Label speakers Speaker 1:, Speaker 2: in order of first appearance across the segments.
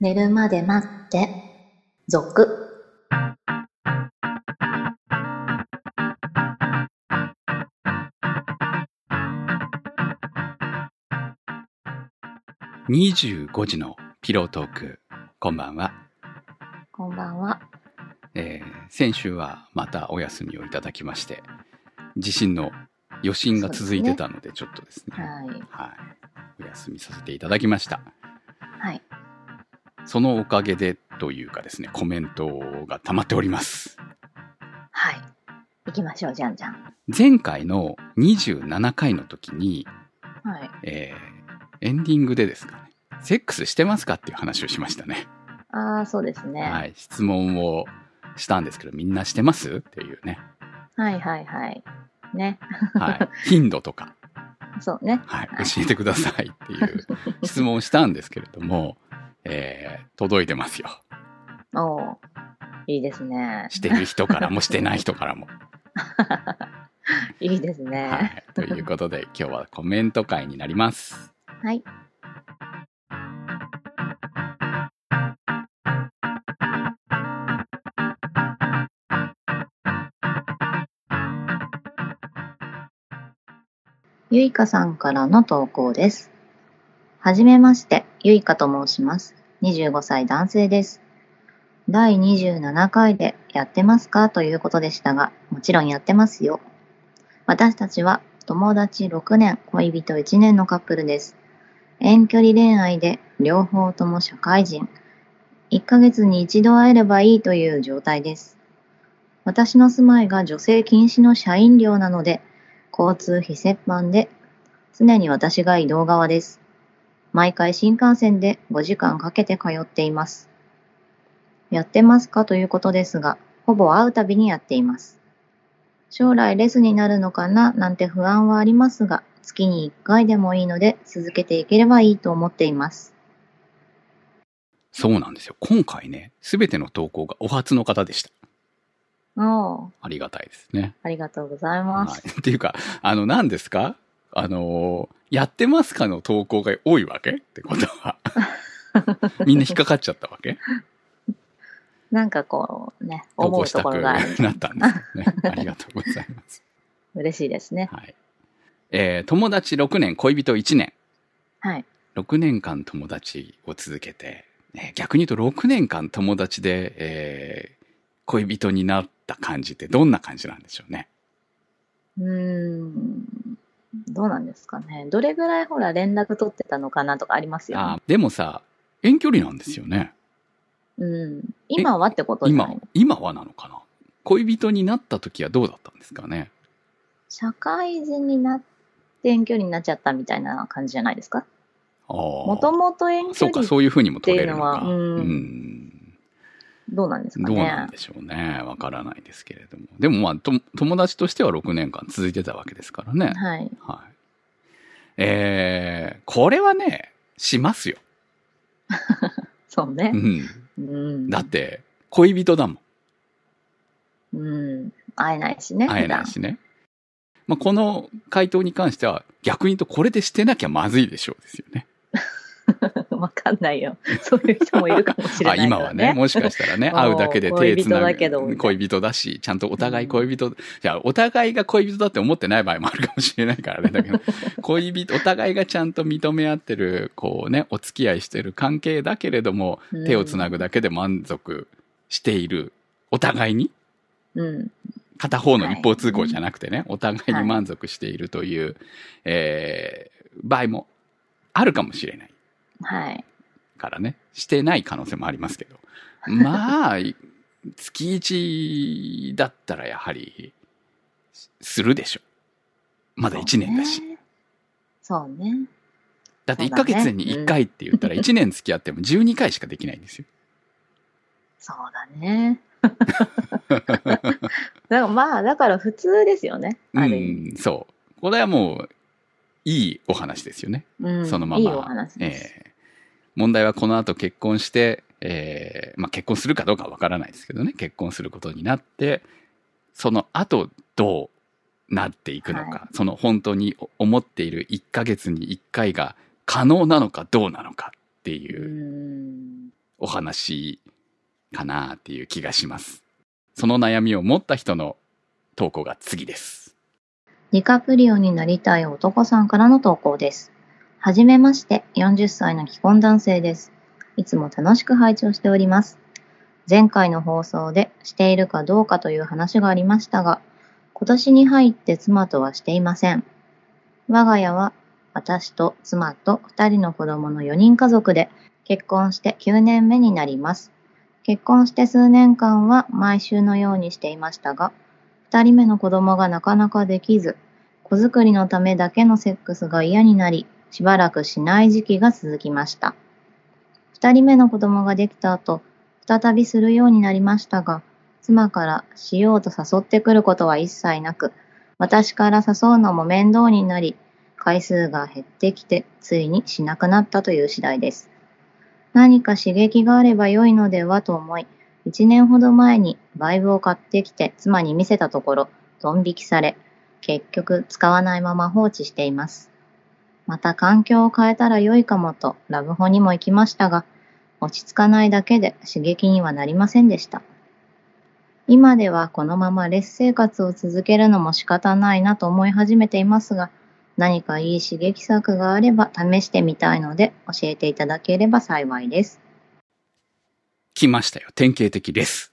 Speaker 1: 寝るまで待って、続。
Speaker 2: 25時のピロートーク。こんばんは。
Speaker 1: こんばんは。
Speaker 2: えー先週はまたお休みをいただきまして、地震の余震が続いてたので、ちょっとですね、
Speaker 1: はい。
Speaker 2: はい。お休みさせていただきました。
Speaker 1: はい。
Speaker 2: そのおかげでというかですね、コメントが溜まっております。
Speaker 1: はい。行きましょう、じゃんじゃん。
Speaker 2: 前回の27回の時に、
Speaker 1: はい。
Speaker 2: えーエンディングでですかね、セックスしてますかっていう話をしましたね。
Speaker 1: ああ、そうですね。
Speaker 2: はい、質問をしたんですけど、みんなしてますっていうね。
Speaker 1: はい、はい、はい。ね。
Speaker 2: はい。頻度とか、
Speaker 1: そうね。
Speaker 2: はい、教えてくださいっていう質問をしたんですけれども、 えー届いてますよ。
Speaker 1: おお。いいですね。
Speaker 2: してる人からもしてない人から も。
Speaker 1: いいです
Speaker 2: は
Speaker 1: ね。
Speaker 2: い。ということで、今日はコメント会になります。
Speaker 1: はい。ゆいかさんからの投稿です。はじめまして、ゆいかと申します。25歳男性です。第27回でやってますかということでしたが、もちろんやってますよ。私たちは友達6年、恋人1年のカップルです。遠距離恋愛で両方とも社会人。1ヶ月に一度会えればいいという状態です。私の住まいが女性禁止の社員寮なので、交通費折半で、常に私が移動側です。毎回新幹線で5時間かけて通っています。やってますかということですが、ほぼ会うたびにやっています。将来レスになるのかななんて不安はありますが、月に1回でもいいので続けていければいいと思っています。
Speaker 2: そうなんですよ。今回ね、すべての投稿がお初の方でした。
Speaker 1: おー
Speaker 2: ありがたいですね。
Speaker 1: ありがとうござい
Speaker 2: は
Speaker 1: ます。
Speaker 2: い。っていうか、あの、何ですかあのー、やってますかの投稿が多いわけってこと は。みんな引っかかっちゃったわけ
Speaker 1: なんかこうね、
Speaker 2: 投
Speaker 1: 思
Speaker 2: 稿
Speaker 1: う
Speaker 2: した
Speaker 1: とこ
Speaker 2: く
Speaker 1: ろがあ
Speaker 2: な
Speaker 1: る
Speaker 2: ったんですね。ありがとうございます。
Speaker 1: 嬉しいですね。
Speaker 2: はい。えー友達6年、恋人1年。
Speaker 1: はい。
Speaker 2: 6年間友達を続けて、ね逆に言うと6年間友達で、えー恋人になった感じってどんな感じなんでしょうね。
Speaker 1: うーん。どうなんですかね。どれぐらいほら連絡取ってたのかなとかありますよね、
Speaker 2: あーでもさ、遠距離なんですよね。
Speaker 1: うん。今はってことじゃな
Speaker 2: 今
Speaker 1: い、
Speaker 2: 今はなのかな。恋人になった時はどうだったんですかね。
Speaker 1: 社会人になって遠距離になっちゃったみたいな感じじゃないですか。も
Speaker 2: も
Speaker 1: ともと遠距
Speaker 2: そう
Speaker 1: 離
Speaker 2: か、
Speaker 1: って
Speaker 2: そういうふうにも取れるのか。
Speaker 1: っていうのはうん
Speaker 2: ん
Speaker 1: どうなんですか
Speaker 2: どうな
Speaker 1: ね
Speaker 2: ん。でしょうね。わからないですけれども。でもまあ、と友達としては6年間続いてたわけですからね。
Speaker 1: はい。
Speaker 2: はい。えー、これはね、しますよ。
Speaker 1: そうね
Speaker 2: う。ん。
Speaker 1: うん。
Speaker 2: だって、恋人だもん。
Speaker 1: うん。会えないしね。
Speaker 2: 会えないしね。まあ、この回答に関しては、逆に言うと、これでしてなきゃまずいでしょうですよね。
Speaker 1: 普段 わかんないよ。そういう人もいるかもしれな
Speaker 2: あ
Speaker 1: いから、ね。
Speaker 2: 今はね、もしかし たらね、
Speaker 1: もう
Speaker 2: 会うだけで手つ
Speaker 1: 恋人
Speaker 2: な
Speaker 1: だけどみたい
Speaker 2: ぐ
Speaker 1: な
Speaker 2: 恋人だし、ちゃんとお互い恋人、いや、お互いが恋人だって思ってない場合もあるかもしれないからね、だけど、 恋人、お互いがちゃんと認め合ってる、こうね、お付き合いしてる関係だけれども、
Speaker 1: うん
Speaker 2: 手をつなぐだけで満足している、お互いに、
Speaker 1: うん。
Speaker 2: 片方の
Speaker 1: はい
Speaker 2: 一方通行じゃなくてね、お互いに満足しているという、えー場合もあるかもしれない。
Speaker 1: はい。
Speaker 2: からね、してない可能性もありま すけど。まあ、い月一だったらやはり、すするでしょ。まだ1年だし。
Speaker 1: そうね。そうね。
Speaker 2: だって
Speaker 1: そう
Speaker 2: 1
Speaker 1: だね
Speaker 2: ヶ月に1回って言ったら1年付き合っても12回しかできないんですよ。
Speaker 1: そうだね。 だからまあ、だから普通ですよね。
Speaker 2: う
Speaker 1: ある意味。
Speaker 2: ん、そう。これはもう、いいお話ですよね。
Speaker 1: うん
Speaker 2: そのまま
Speaker 1: いいお話です。
Speaker 2: えー問題はこの後結婚して、えーまあ、結婚するかどうかはわからないですけどね結婚することになってその後どうなっていくのか、
Speaker 1: は
Speaker 2: その本当に思っている1ヶ月に1回が可能なのかどうなのかってい
Speaker 1: う
Speaker 2: う
Speaker 1: ん。
Speaker 2: お話かなっていう気がします。その悩みを持った人の投稿が次です。
Speaker 1: ディカプリオになりたい男さんからの投稿です。はじめまして、40歳の既婚男性です。いつも楽しく拝聴しております。前回の放送でしているかどうかという話がありましたが、今年に入って妻とはしていません。我が家は私と妻と2人の子供の4人家族で結婚して9年目になります。結婚して数年間は毎週のようにしていましたが、2人目の子供がなかなかできず、子作りのためだけのセックスが嫌になり、しばらくしない時期が続きました。2人目の子供ができた後、再びするようになりましたが、妻からしようと誘ってくることは一切なく、私から誘うのも面倒になり、回数が減ってきて、ついにしなくなったという次第です。何か刺激があれば良いのではと思い、1年ほど前にバイブを買ってきて妻に見せたところ、ドン引きされ、結局使わないまま放置しています。また環境を変えたら良いかもとラブホにも行きましたが、落ち着かないだけで刺激にはなりませんでした。今ではこのままレス生活を続けるのも仕方ないなと思い始めていますが、何かいい刺激策があれば試してみたいので教えていただければ幸いです。
Speaker 2: 来ましたよ。典型的です。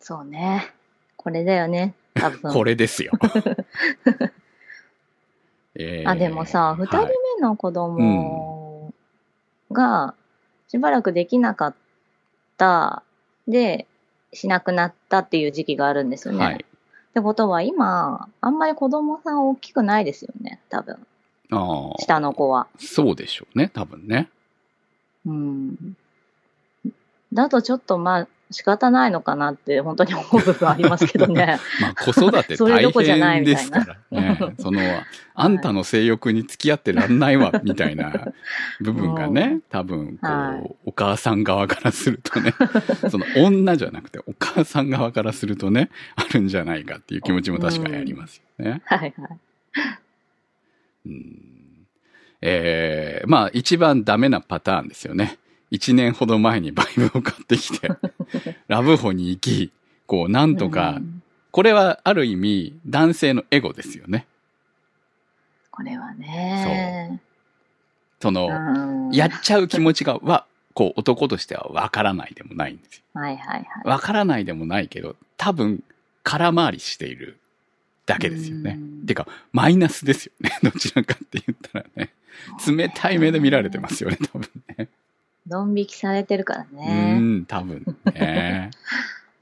Speaker 1: そうね。これだよね。多 分。
Speaker 2: これです よ。えー
Speaker 1: あ、でもさ、二人
Speaker 2: はい
Speaker 1: 目の子供が、しばらくできなかった、で、しなくなったっていう時期があるんですよね。
Speaker 2: は
Speaker 1: っ
Speaker 2: い。
Speaker 1: てことは、今、あんまり子供さん大きくないですよね、多分。
Speaker 2: ああ。
Speaker 1: 下の子は。
Speaker 2: そうでしょうね、多分ね。
Speaker 1: うん。だとちょっと、まあ、仕方ないのかなって、本当に思う部分ありますけど ね。
Speaker 2: まあ子育て
Speaker 1: それど
Speaker 2: 大
Speaker 1: こじゃない
Speaker 2: 変
Speaker 1: み
Speaker 2: で
Speaker 1: たい
Speaker 2: す
Speaker 1: な
Speaker 2: からね。その、あんたの性欲に付き合ってらんないわ、みたいな部分が
Speaker 1: う
Speaker 2: ね、多分、こ、
Speaker 1: はいう
Speaker 2: お母さん側からすると ね、その女じゃなくてお母さん側からするとね、あるんじゃないかっていう気持ちも確かにありますよね。
Speaker 1: はいはい。
Speaker 2: うんえー、まあ一番ダメなパターンですよね。一年ほど前にバイブを買ってき て、ラブホに行き、こう、なんとか
Speaker 1: う、ん
Speaker 2: これはある意味男性のエゴですよね。
Speaker 1: これはね。
Speaker 2: その、
Speaker 1: うん
Speaker 2: やっちゃう気持ちが、わ、こう男としてはわからないでもないんですよ。
Speaker 1: はいはいはい。
Speaker 2: わからないでもないけど、多分空回りしているだけですよね
Speaker 1: う。ん
Speaker 2: てか、マイナスですよね。どちらかって言ったらね。冷たい目で見られてますよね、多分ね。
Speaker 1: ドン引きされてるから
Speaker 2: う
Speaker 1: ね。
Speaker 2: ん、多分ね。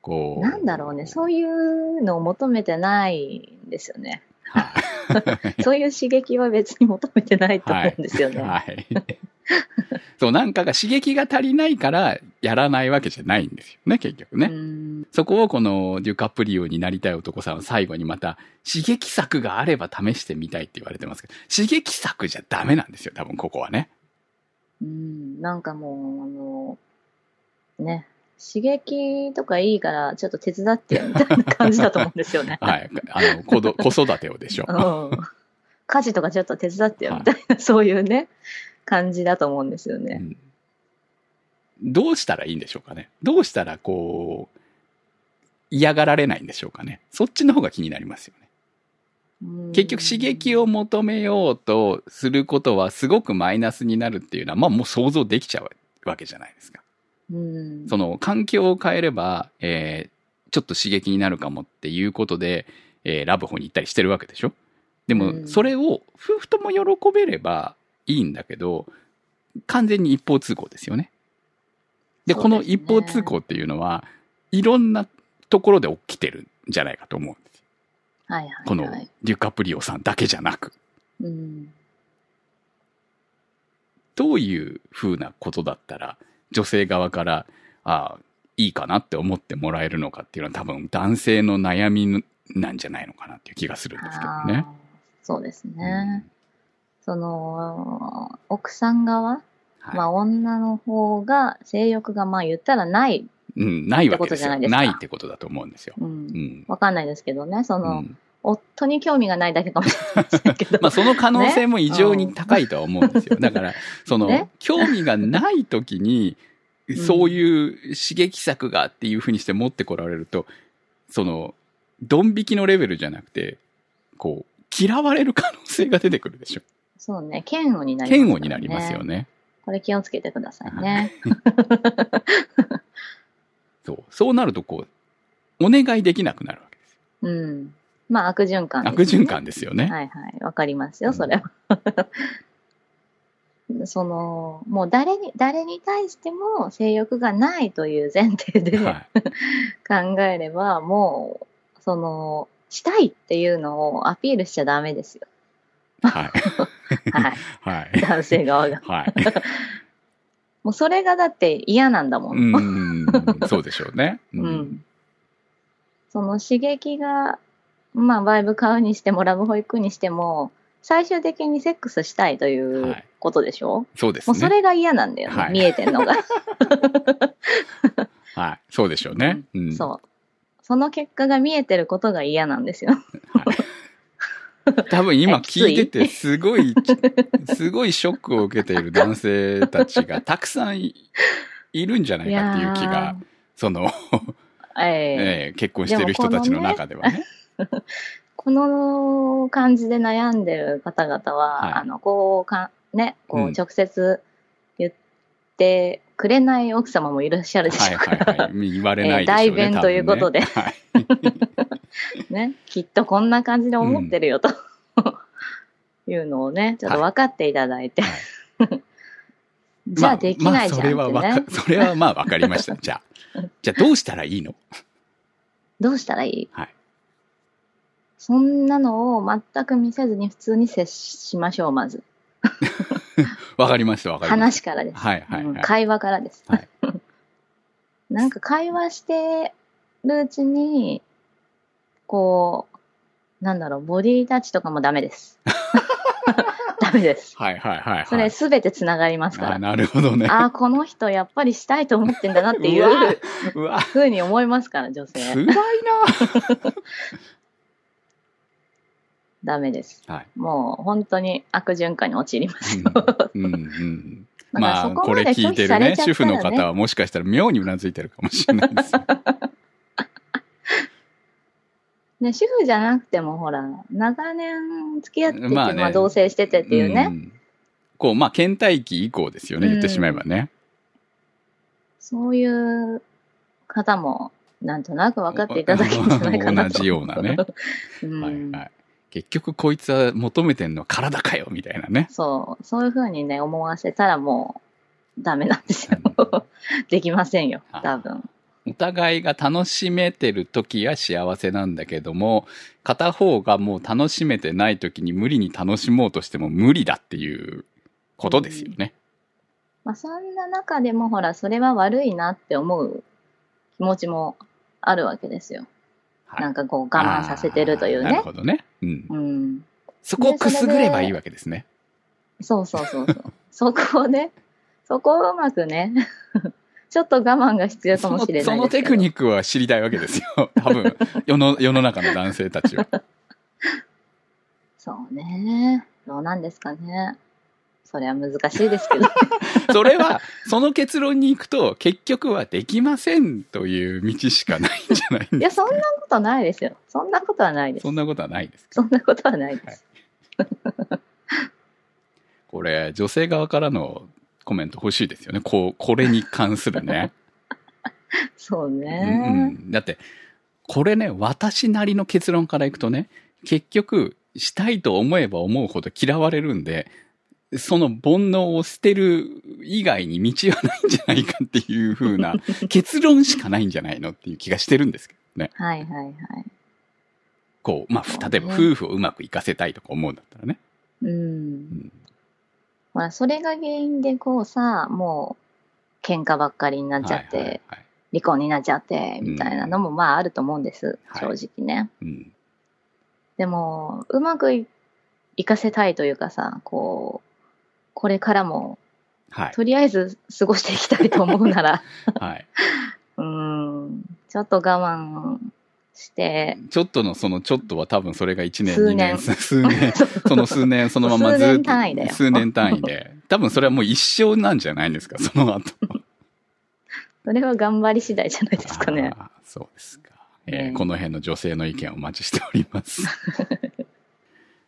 Speaker 2: こう。
Speaker 1: なんだろうね、そういうのを求めてないんですよね。
Speaker 2: は
Speaker 1: そういう刺激は別に求めてないと思うんですよ
Speaker 2: い。
Speaker 1: ね。
Speaker 2: はい。そう、なんかが刺激が足りないからやらないわけじゃないんですよね、結局ね。
Speaker 1: うん
Speaker 2: そこをこのデュカプリオになりたい男さんは最後にまた刺激策があれば試してみたいって言われてますけど、刺激策じゃダメなんですよ、多分ここはね。。
Speaker 1: うん、なんかもう、あの、ね、刺激とかいいから、ちょっと手伝ってよみたいな感じだと思うんですよね
Speaker 2: はい。あの、子ど子育てをでしょ。
Speaker 1: うん家事とかちょっと手伝ってよ
Speaker 2: はい
Speaker 1: みたいな、そういうね、感じだと思うんですよね。
Speaker 2: どうしたらいいんでしょうかね。どうしたらこう、嫌がられないんでしょうかね。そっちの方が気になりますよね。
Speaker 1: うん
Speaker 2: 結局刺激を求めようとすることはすごくマイナスになるっていうのは、まあもう想像できちゃうわけじゃないですか。
Speaker 1: うん
Speaker 2: その環境を変えれば、えーちょっと刺激になるかもっていうことで、えーラブホに行ったりしてるわけでしょで
Speaker 1: う
Speaker 2: も、
Speaker 1: ん
Speaker 2: それを夫婦とも喜べればいいんだけど、完全に一方通行ですよね。で、
Speaker 1: そう
Speaker 2: この
Speaker 1: ですね
Speaker 2: 一方通行っていうのは、いろんなところで起きてるんじゃないかと思うんですよ。
Speaker 1: はいはいはい、
Speaker 2: このデュカプリオさんだけじゃなく。
Speaker 1: うん、
Speaker 2: どういうふうなことだったら女性側からああいいかなって思ってもらえるのかっていうのは多分男性の悩みなんじゃないのかなっていう気がするんですけどね
Speaker 1: あー。そうですね。その、奥さん側、
Speaker 2: はい
Speaker 1: まあ女の方が性欲がまあ言ったらない、
Speaker 2: うん、ないわけですよ
Speaker 1: ってことじゃな
Speaker 2: な
Speaker 1: いですか
Speaker 2: いってことだと思うんですよ。
Speaker 1: うん
Speaker 2: うん
Speaker 1: わかんないですけどね、その、
Speaker 2: うん
Speaker 1: 夫に興味がないだけかもしれませんけ ど、
Speaker 2: まあその可能性も異常に高いとは思うんですよ。だから、その、
Speaker 1: ね
Speaker 2: 興味がない時にそういう刺激策がっていうふうにして持ってこられると、その、ドン引きのレベルじゃなくて、こう、嫌われる可能性が出てくるでしょ。
Speaker 1: そうね、嫌悪になります
Speaker 2: 嫌
Speaker 1: からね
Speaker 2: 悪になりますよね。
Speaker 1: これ気をつけてくださいね。
Speaker 2: そう。そうなると、こう、お願いできなくなるわけですよ。
Speaker 1: うん。まあ、悪循環、
Speaker 2: 悪循。環ですよね。
Speaker 1: はいはい。わかります
Speaker 2: う
Speaker 1: よ、
Speaker 2: ん
Speaker 1: それは。 その、もう誰に、誰に対しても性欲がないという前提で
Speaker 2: はい
Speaker 1: 考えれば、もう、その、したいっていうのをアピールしちゃダメですよ。
Speaker 2: はい。
Speaker 1: はい。
Speaker 2: はい。
Speaker 1: 男性側が。
Speaker 2: はい。
Speaker 1: もうそれがだって嫌なんだも。
Speaker 2: うんん。そうでしょうね。う
Speaker 1: うん。その刺激が、まあ、バイブ買うにしても、ラブホ行くにしても、最終的にセックスしたいとい
Speaker 2: は
Speaker 1: う
Speaker 2: い
Speaker 1: ことでしょ、
Speaker 2: そうです
Speaker 1: もうそ
Speaker 2: ね。
Speaker 1: れが嫌なんだよね、
Speaker 2: はい
Speaker 1: 見えてんのが。
Speaker 2: はい。そうでしょうね。 うん。
Speaker 1: そう。その結果が見えてることが嫌なんですよ。
Speaker 2: 多分今
Speaker 1: えきつ
Speaker 2: 聞
Speaker 1: い
Speaker 2: いてて、すごい、 すごいショックを受けている男性たちがたくさんいいるんじゃないかっていう気が、その、
Speaker 1: いやー。ええ
Speaker 2: ええ結婚してる人たちの中ではね。
Speaker 1: この感じで悩んでる方々は、
Speaker 2: はい
Speaker 1: あの、こうか、ね、こ
Speaker 2: う
Speaker 1: うん直接言ってくれない奥様もいらっしゃるで
Speaker 2: は
Speaker 1: し
Speaker 2: い
Speaker 1: ょうか
Speaker 2: はい
Speaker 1: ら、
Speaker 2: はい。言われないでしょうね。
Speaker 1: ええ代弁ということで
Speaker 2: 多分ねはい。
Speaker 1: ね、きっとこんな感じで思ってる よと、いうのをね、ちょっと分かっていただいて、
Speaker 2: はい
Speaker 1: じゃあできないじゃんってね、
Speaker 2: まあまあ、それはわか、それはまあわかりました。じゃあ。じゃあどうしたらいいの
Speaker 1: どうしたらいい、
Speaker 2: はい
Speaker 1: そんなのを全く見せずに普通に接しましょう、まず。
Speaker 2: わかりました、わかりま
Speaker 1: 話
Speaker 2: し
Speaker 1: からで
Speaker 2: た。
Speaker 1: す。
Speaker 2: はいはい
Speaker 1: うん
Speaker 2: はい。
Speaker 1: 会話からです。
Speaker 2: はい
Speaker 1: なんか会話してるうちに、こう、なんだろう、ボディタッチとかもダメ です。ダメです。
Speaker 2: はいはいはいはい。
Speaker 1: それすべてつながりますから。
Speaker 2: あなるほどね。
Speaker 1: ああ、この人やっぱりしたいと思ってんだなっていう
Speaker 2: わ
Speaker 1: う
Speaker 2: う わ、
Speaker 1: ふうに思いますから、女性。
Speaker 2: 辛いな。
Speaker 1: ダメです。
Speaker 2: はい。
Speaker 1: もう本当に悪循環に陥りますよ。
Speaker 2: うんうん うん
Speaker 1: だから
Speaker 2: まあ、
Speaker 1: そこ
Speaker 2: こ
Speaker 1: ま
Speaker 2: れ
Speaker 1: で
Speaker 2: 聞
Speaker 1: 拒
Speaker 2: い
Speaker 1: 否
Speaker 2: てる
Speaker 1: さ
Speaker 2: ね
Speaker 1: れちゃったらね
Speaker 2: 主婦の方はもしかしたら妙にうなずいてるかもしれないですよ。
Speaker 1: ね、主婦じゃなくてもほら、長年付き合ってて、
Speaker 2: ま
Speaker 1: ま
Speaker 2: あ
Speaker 1: あ
Speaker 2: ね
Speaker 1: 同棲しててっていうね、
Speaker 2: んこう、まあ、倦怠期以降ですよね、言ってしまえばね。
Speaker 1: そういう方も、なんとなく分かっていただけるんじゃないかなと。
Speaker 2: 同じようなね。
Speaker 1: うん
Speaker 2: はいはい。結局、こいつは求めてんのは体かよ、みたいなね。
Speaker 1: そう、そういうふうにね、思わせたらもう、ダメなんです よ。できませんよ
Speaker 2: あ、
Speaker 1: 多分。
Speaker 2: お互いが楽しめてる時は幸せなんだけども、片方がもう楽しめてない時に無理に楽しもうとしても無理だっていうことですよね。
Speaker 1: まあ、そんな中でもほら、それは悪いなって思う気持ちもあるわけですよ。
Speaker 2: はい
Speaker 1: なんかこう、我慢させてるという
Speaker 2: あーな
Speaker 1: ね
Speaker 2: る。ほどね。うん。
Speaker 1: うん。
Speaker 2: そこをくすぐればいいわけですね。
Speaker 1: そうそうそうそう。そこをね、そこをうまくね、 ちょっと我慢が必要か
Speaker 2: そ
Speaker 1: も
Speaker 2: の
Speaker 1: しれないですけど
Speaker 2: そのテクニックは知りたいわけですよ。 多分、世の、世の中の男性たちは。
Speaker 1: そうね。どうなんですかね。それは難しいです けど。
Speaker 2: それは、その結論に行くと、結局はできませんという道しかないんじゃないん
Speaker 1: い
Speaker 2: で
Speaker 1: や、
Speaker 2: すか
Speaker 1: そんなことないですよ。そんなことは ないです。
Speaker 2: そんなことはないです。
Speaker 1: そんなことはないです。
Speaker 2: これ、女性側からのコメント欲しいですよね。こう、これに関するね。
Speaker 1: そう
Speaker 2: うんう
Speaker 1: ね。
Speaker 2: ん、だって、これね、私なりの結論からいくとね、結局、したいと思えば思うほど嫌われるんで、その煩悩を捨てる以外に道はないんじゃないかっていう 風な結論しかないんじゃないのっていう気がしてるんですけどね。
Speaker 1: はいはいはい。
Speaker 2: こう、ま
Speaker 1: そう
Speaker 2: あ、
Speaker 1: ね
Speaker 2: 例えば夫婦をうまくいかせたいとか思うんだったらね。
Speaker 1: うん。ほら、それが原因でこうさ、もう、喧嘩ばっかりになっちゃって、
Speaker 2: はいはいはい
Speaker 1: 離婚になっちゃって、みたいなのもまああると思うんです。
Speaker 2: はい
Speaker 1: 正直ね。
Speaker 2: うん。
Speaker 1: でも、うまくいいかせたいというかさ、こう、これからも、
Speaker 2: はい。
Speaker 1: とりあえず過ごしていきたいと思うなら、
Speaker 2: はい。
Speaker 1: うーん、ちょっと我慢して、
Speaker 2: ちょっとのそのちょっとは多分それが1年、
Speaker 1: 数
Speaker 2: 2
Speaker 1: 年
Speaker 2: 年、数年、 その数年そのままずっ
Speaker 1: 数年
Speaker 2: と。
Speaker 1: 単位だよ
Speaker 2: 数年単位で。多分それはもう一生なんじゃないんですか、その後。
Speaker 1: それは頑張り次第じゃないですかね。
Speaker 2: あーそうですか、えー
Speaker 1: うん
Speaker 2: この辺の女性の意見をお待ちしております。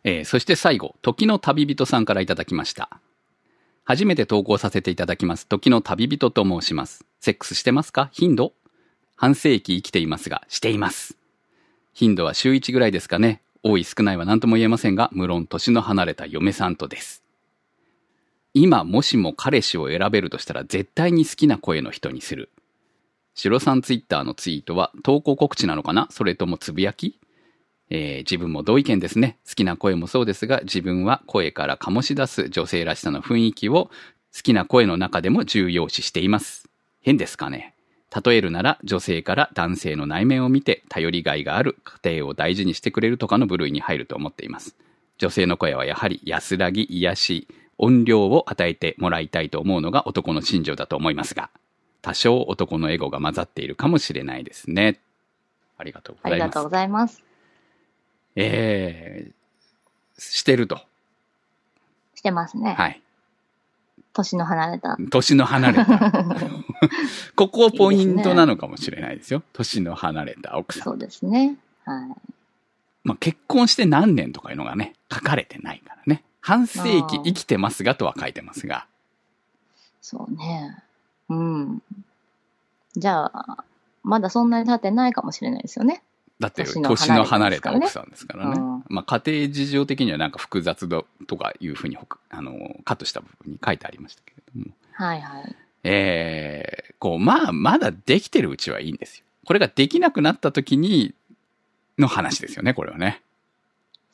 Speaker 2: えーそして最後、時の旅人さんからいただきました。初めて投稿させていただきます。時の旅人と申します。セックスしてますか頻度半世紀生きていますが、しています。頻度は週1ぐらいですかね。多い少ないは何とも言えませんが、無論年の離れた嫁さんとです。今もしも彼氏を選べるとしたら絶対に好きな声の人にする。白さんツイッターのツイートは投稿告知なのかなそれともつぶやきえー自分も同意見ですね。好きな声もそうですが、自分は声から醸し出す女性らしさの雰囲気を好きな声の中でも重要視しています。変ですかね例えるなら女性から男性の内面を見て頼りがいがある家庭を大事にしてくれるとかの部類に入ると思っています。女性の声はやはり安らぎ、癒し、音量を与えてもらいたいと思うのが男の心情だと思いますが、多少男のエゴが混ざっているかもしれないですね。ありがとう
Speaker 1: あ
Speaker 2: ござ
Speaker 1: り
Speaker 2: い
Speaker 1: が
Speaker 2: ます
Speaker 1: とう。ございます。
Speaker 2: えー、してると。
Speaker 1: してますね。
Speaker 2: はい。
Speaker 1: 年の離れた。
Speaker 2: 年の離れ た。ここポイントなのかもしれないですよ。年の離れた奥さん。
Speaker 1: そうですね。はい。
Speaker 2: まあ、結婚して何年とかいうのがね、書かれてないからね。半世紀生きてますがとは書いてますが。
Speaker 1: そうね。うん。じゃあ、まだそんなに経ってないかもしれないですよね。
Speaker 2: だって
Speaker 1: 年
Speaker 2: 年
Speaker 1: の離れた
Speaker 2: の離れた奥さんですからね。
Speaker 1: うん
Speaker 2: まあ、家庭事情的にはなんか複雑だとかいうふうにほか、あの、カットした部分に書いてありましたけれども。
Speaker 1: はいはい。
Speaker 2: えーこう、まあ、まだできてるうちはいいんですよ。これができなくなった時に、の話ですよね、これはね。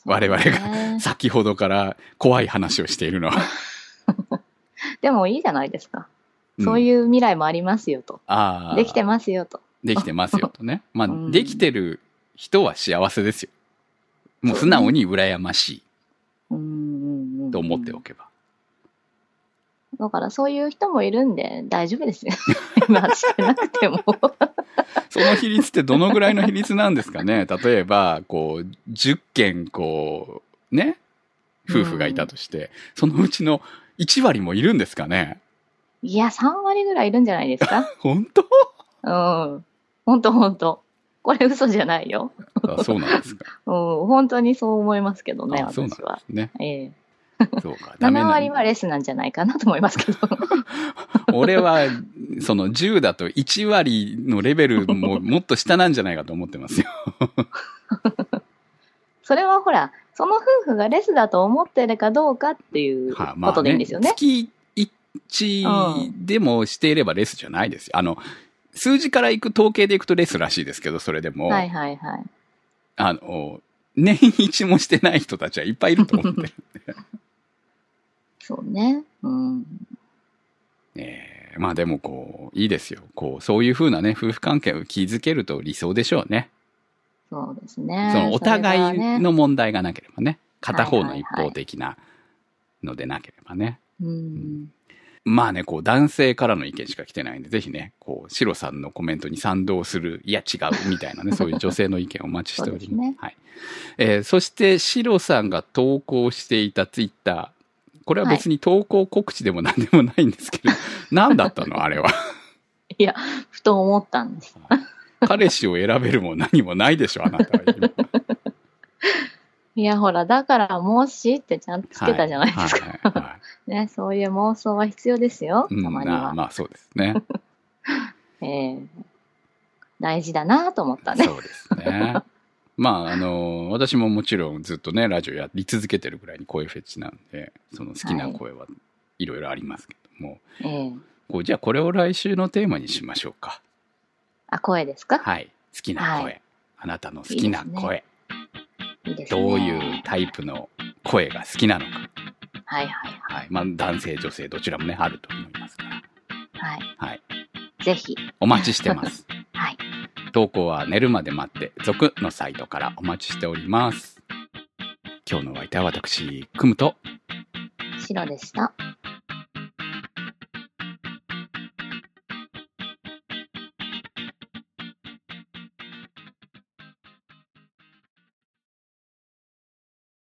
Speaker 2: 我々が
Speaker 1: そうね
Speaker 2: 先ほどから怖い話をしているのは。
Speaker 1: でもいいじゃないですか。そういう未来もありますよと。
Speaker 2: ああ。
Speaker 1: できてますよと。
Speaker 2: できてますよとね。まあ、
Speaker 1: うん
Speaker 2: できてる人は幸せですよ。もう素直に羨まし
Speaker 1: うんうんうん。
Speaker 2: いと思っておけば。
Speaker 1: だからそういう人もいるんで大丈夫ですよ。 今してなくても。
Speaker 2: その比率ってどのぐらいの比率なんですかね 例えば、こう、10件、こう、ね、夫婦がいたとして、そのうちの1割もいるんですかね
Speaker 1: いや、3割ぐらいいるんじゃないですか。
Speaker 2: 本当
Speaker 1: うん。ほんとほんと。これ嘘じゃないよ。
Speaker 2: あそうなんですか。
Speaker 1: うん。本当にそう思いますけど ね、
Speaker 2: あそうなん
Speaker 1: 私
Speaker 2: で
Speaker 1: は。
Speaker 2: すね。
Speaker 1: ええ。
Speaker 2: そうか。ダメ
Speaker 1: 7
Speaker 2: な
Speaker 1: 割はレスなんじゃないかなと思いますけど。
Speaker 2: 俺は、その10だと1割のレベルももっと下なんじゃないかと思って ますよ。
Speaker 1: それはほら、その夫婦がレスだと思ってるかどうかっていう
Speaker 2: はあ
Speaker 1: ことでいいんですよね。
Speaker 2: 月1でもしていればレスじゃないですよ。あの、数字からいく統計でいくとレスらしいですけど、それでも、
Speaker 1: はいはいはい。
Speaker 2: あの、年一もしてない人たちはいっぱいいると思って る。
Speaker 1: そうね。うん。
Speaker 2: えーまあでもこう、いいですよ。こう、そういう風なね、夫婦関係を築けると理想でしょうね。
Speaker 1: そうですね。
Speaker 2: そのお互
Speaker 1: それが
Speaker 2: い
Speaker 1: ね。
Speaker 2: の問題がなければね、片方の
Speaker 1: はい
Speaker 2: 一
Speaker 1: はいはい
Speaker 2: 方的なのでなければね。
Speaker 1: うん。
Speaker 2: まあね、こう男性からの意見しか来てないんで、ぜひね、こう、シロさんのコメントに賛同する、いや違うみたいな ね、そういう女性の意見をお待ちしており
Speaker 1: そう
Speaker 2: ま。
Speaker 1: ですすね
Speaker 2: はい。えーそしてシロさんが投稿していたツイッター、これは別に投稿告知でも何でもないんですけど、 何だったのあれは。
Speaker 1: ふと思ったんです。
Speaker 2: 彼氏を選べるも何もないでしょ、あなたは今。
Speaker 1: いや、ほら、だから、もしってちゃんと つけたじゃないですか。
Speaker 2: はいはいはいはい
Speaker 1: ね、そういう妄想は必要ですよ、
Speaker 2: うん、
Speaker 1: たまに
Speaker 2: まあ
Speaker 1: は。
Speaker 2: まあそうですね。
Speaker 1: えー大事だなと思ったね。
Speaker 2: そうですね。 まあ、あの、私ももちろんずっとね、ラジオやり続けてるぐらいに声フェチなんで、その好きな声はいろいろありますけども、
Speaker 1: えー
Speaker 2: こうじゃあこれを来週のテーマにしましょうか。
Speaker 1: あ、声ですか
Speaker 2: はい。好きな声。
Speaker 1: は
Speaker 2: あなたの好きない
Speaker 1: いです
Speaker 2: 声
Speaker 1: いいですね。
Speaker 2: どういうタイプの声が好きなのか。
Speaker 1: はいはい
Speaker 2: はい。まあ、男性、女性、どちらもね、あると思いますから。
Speaker 1: はい。
Speaker 2: はい。
Speaker 1: ぜひ。
Speaker 2: お待ちしてます。
Speaker 1: はい。
Speaker 2: 投稿は寝るまで待って、続のサイトからお待ちしております。今日のお相手は私、くむと、
Speaker 1: 白でした。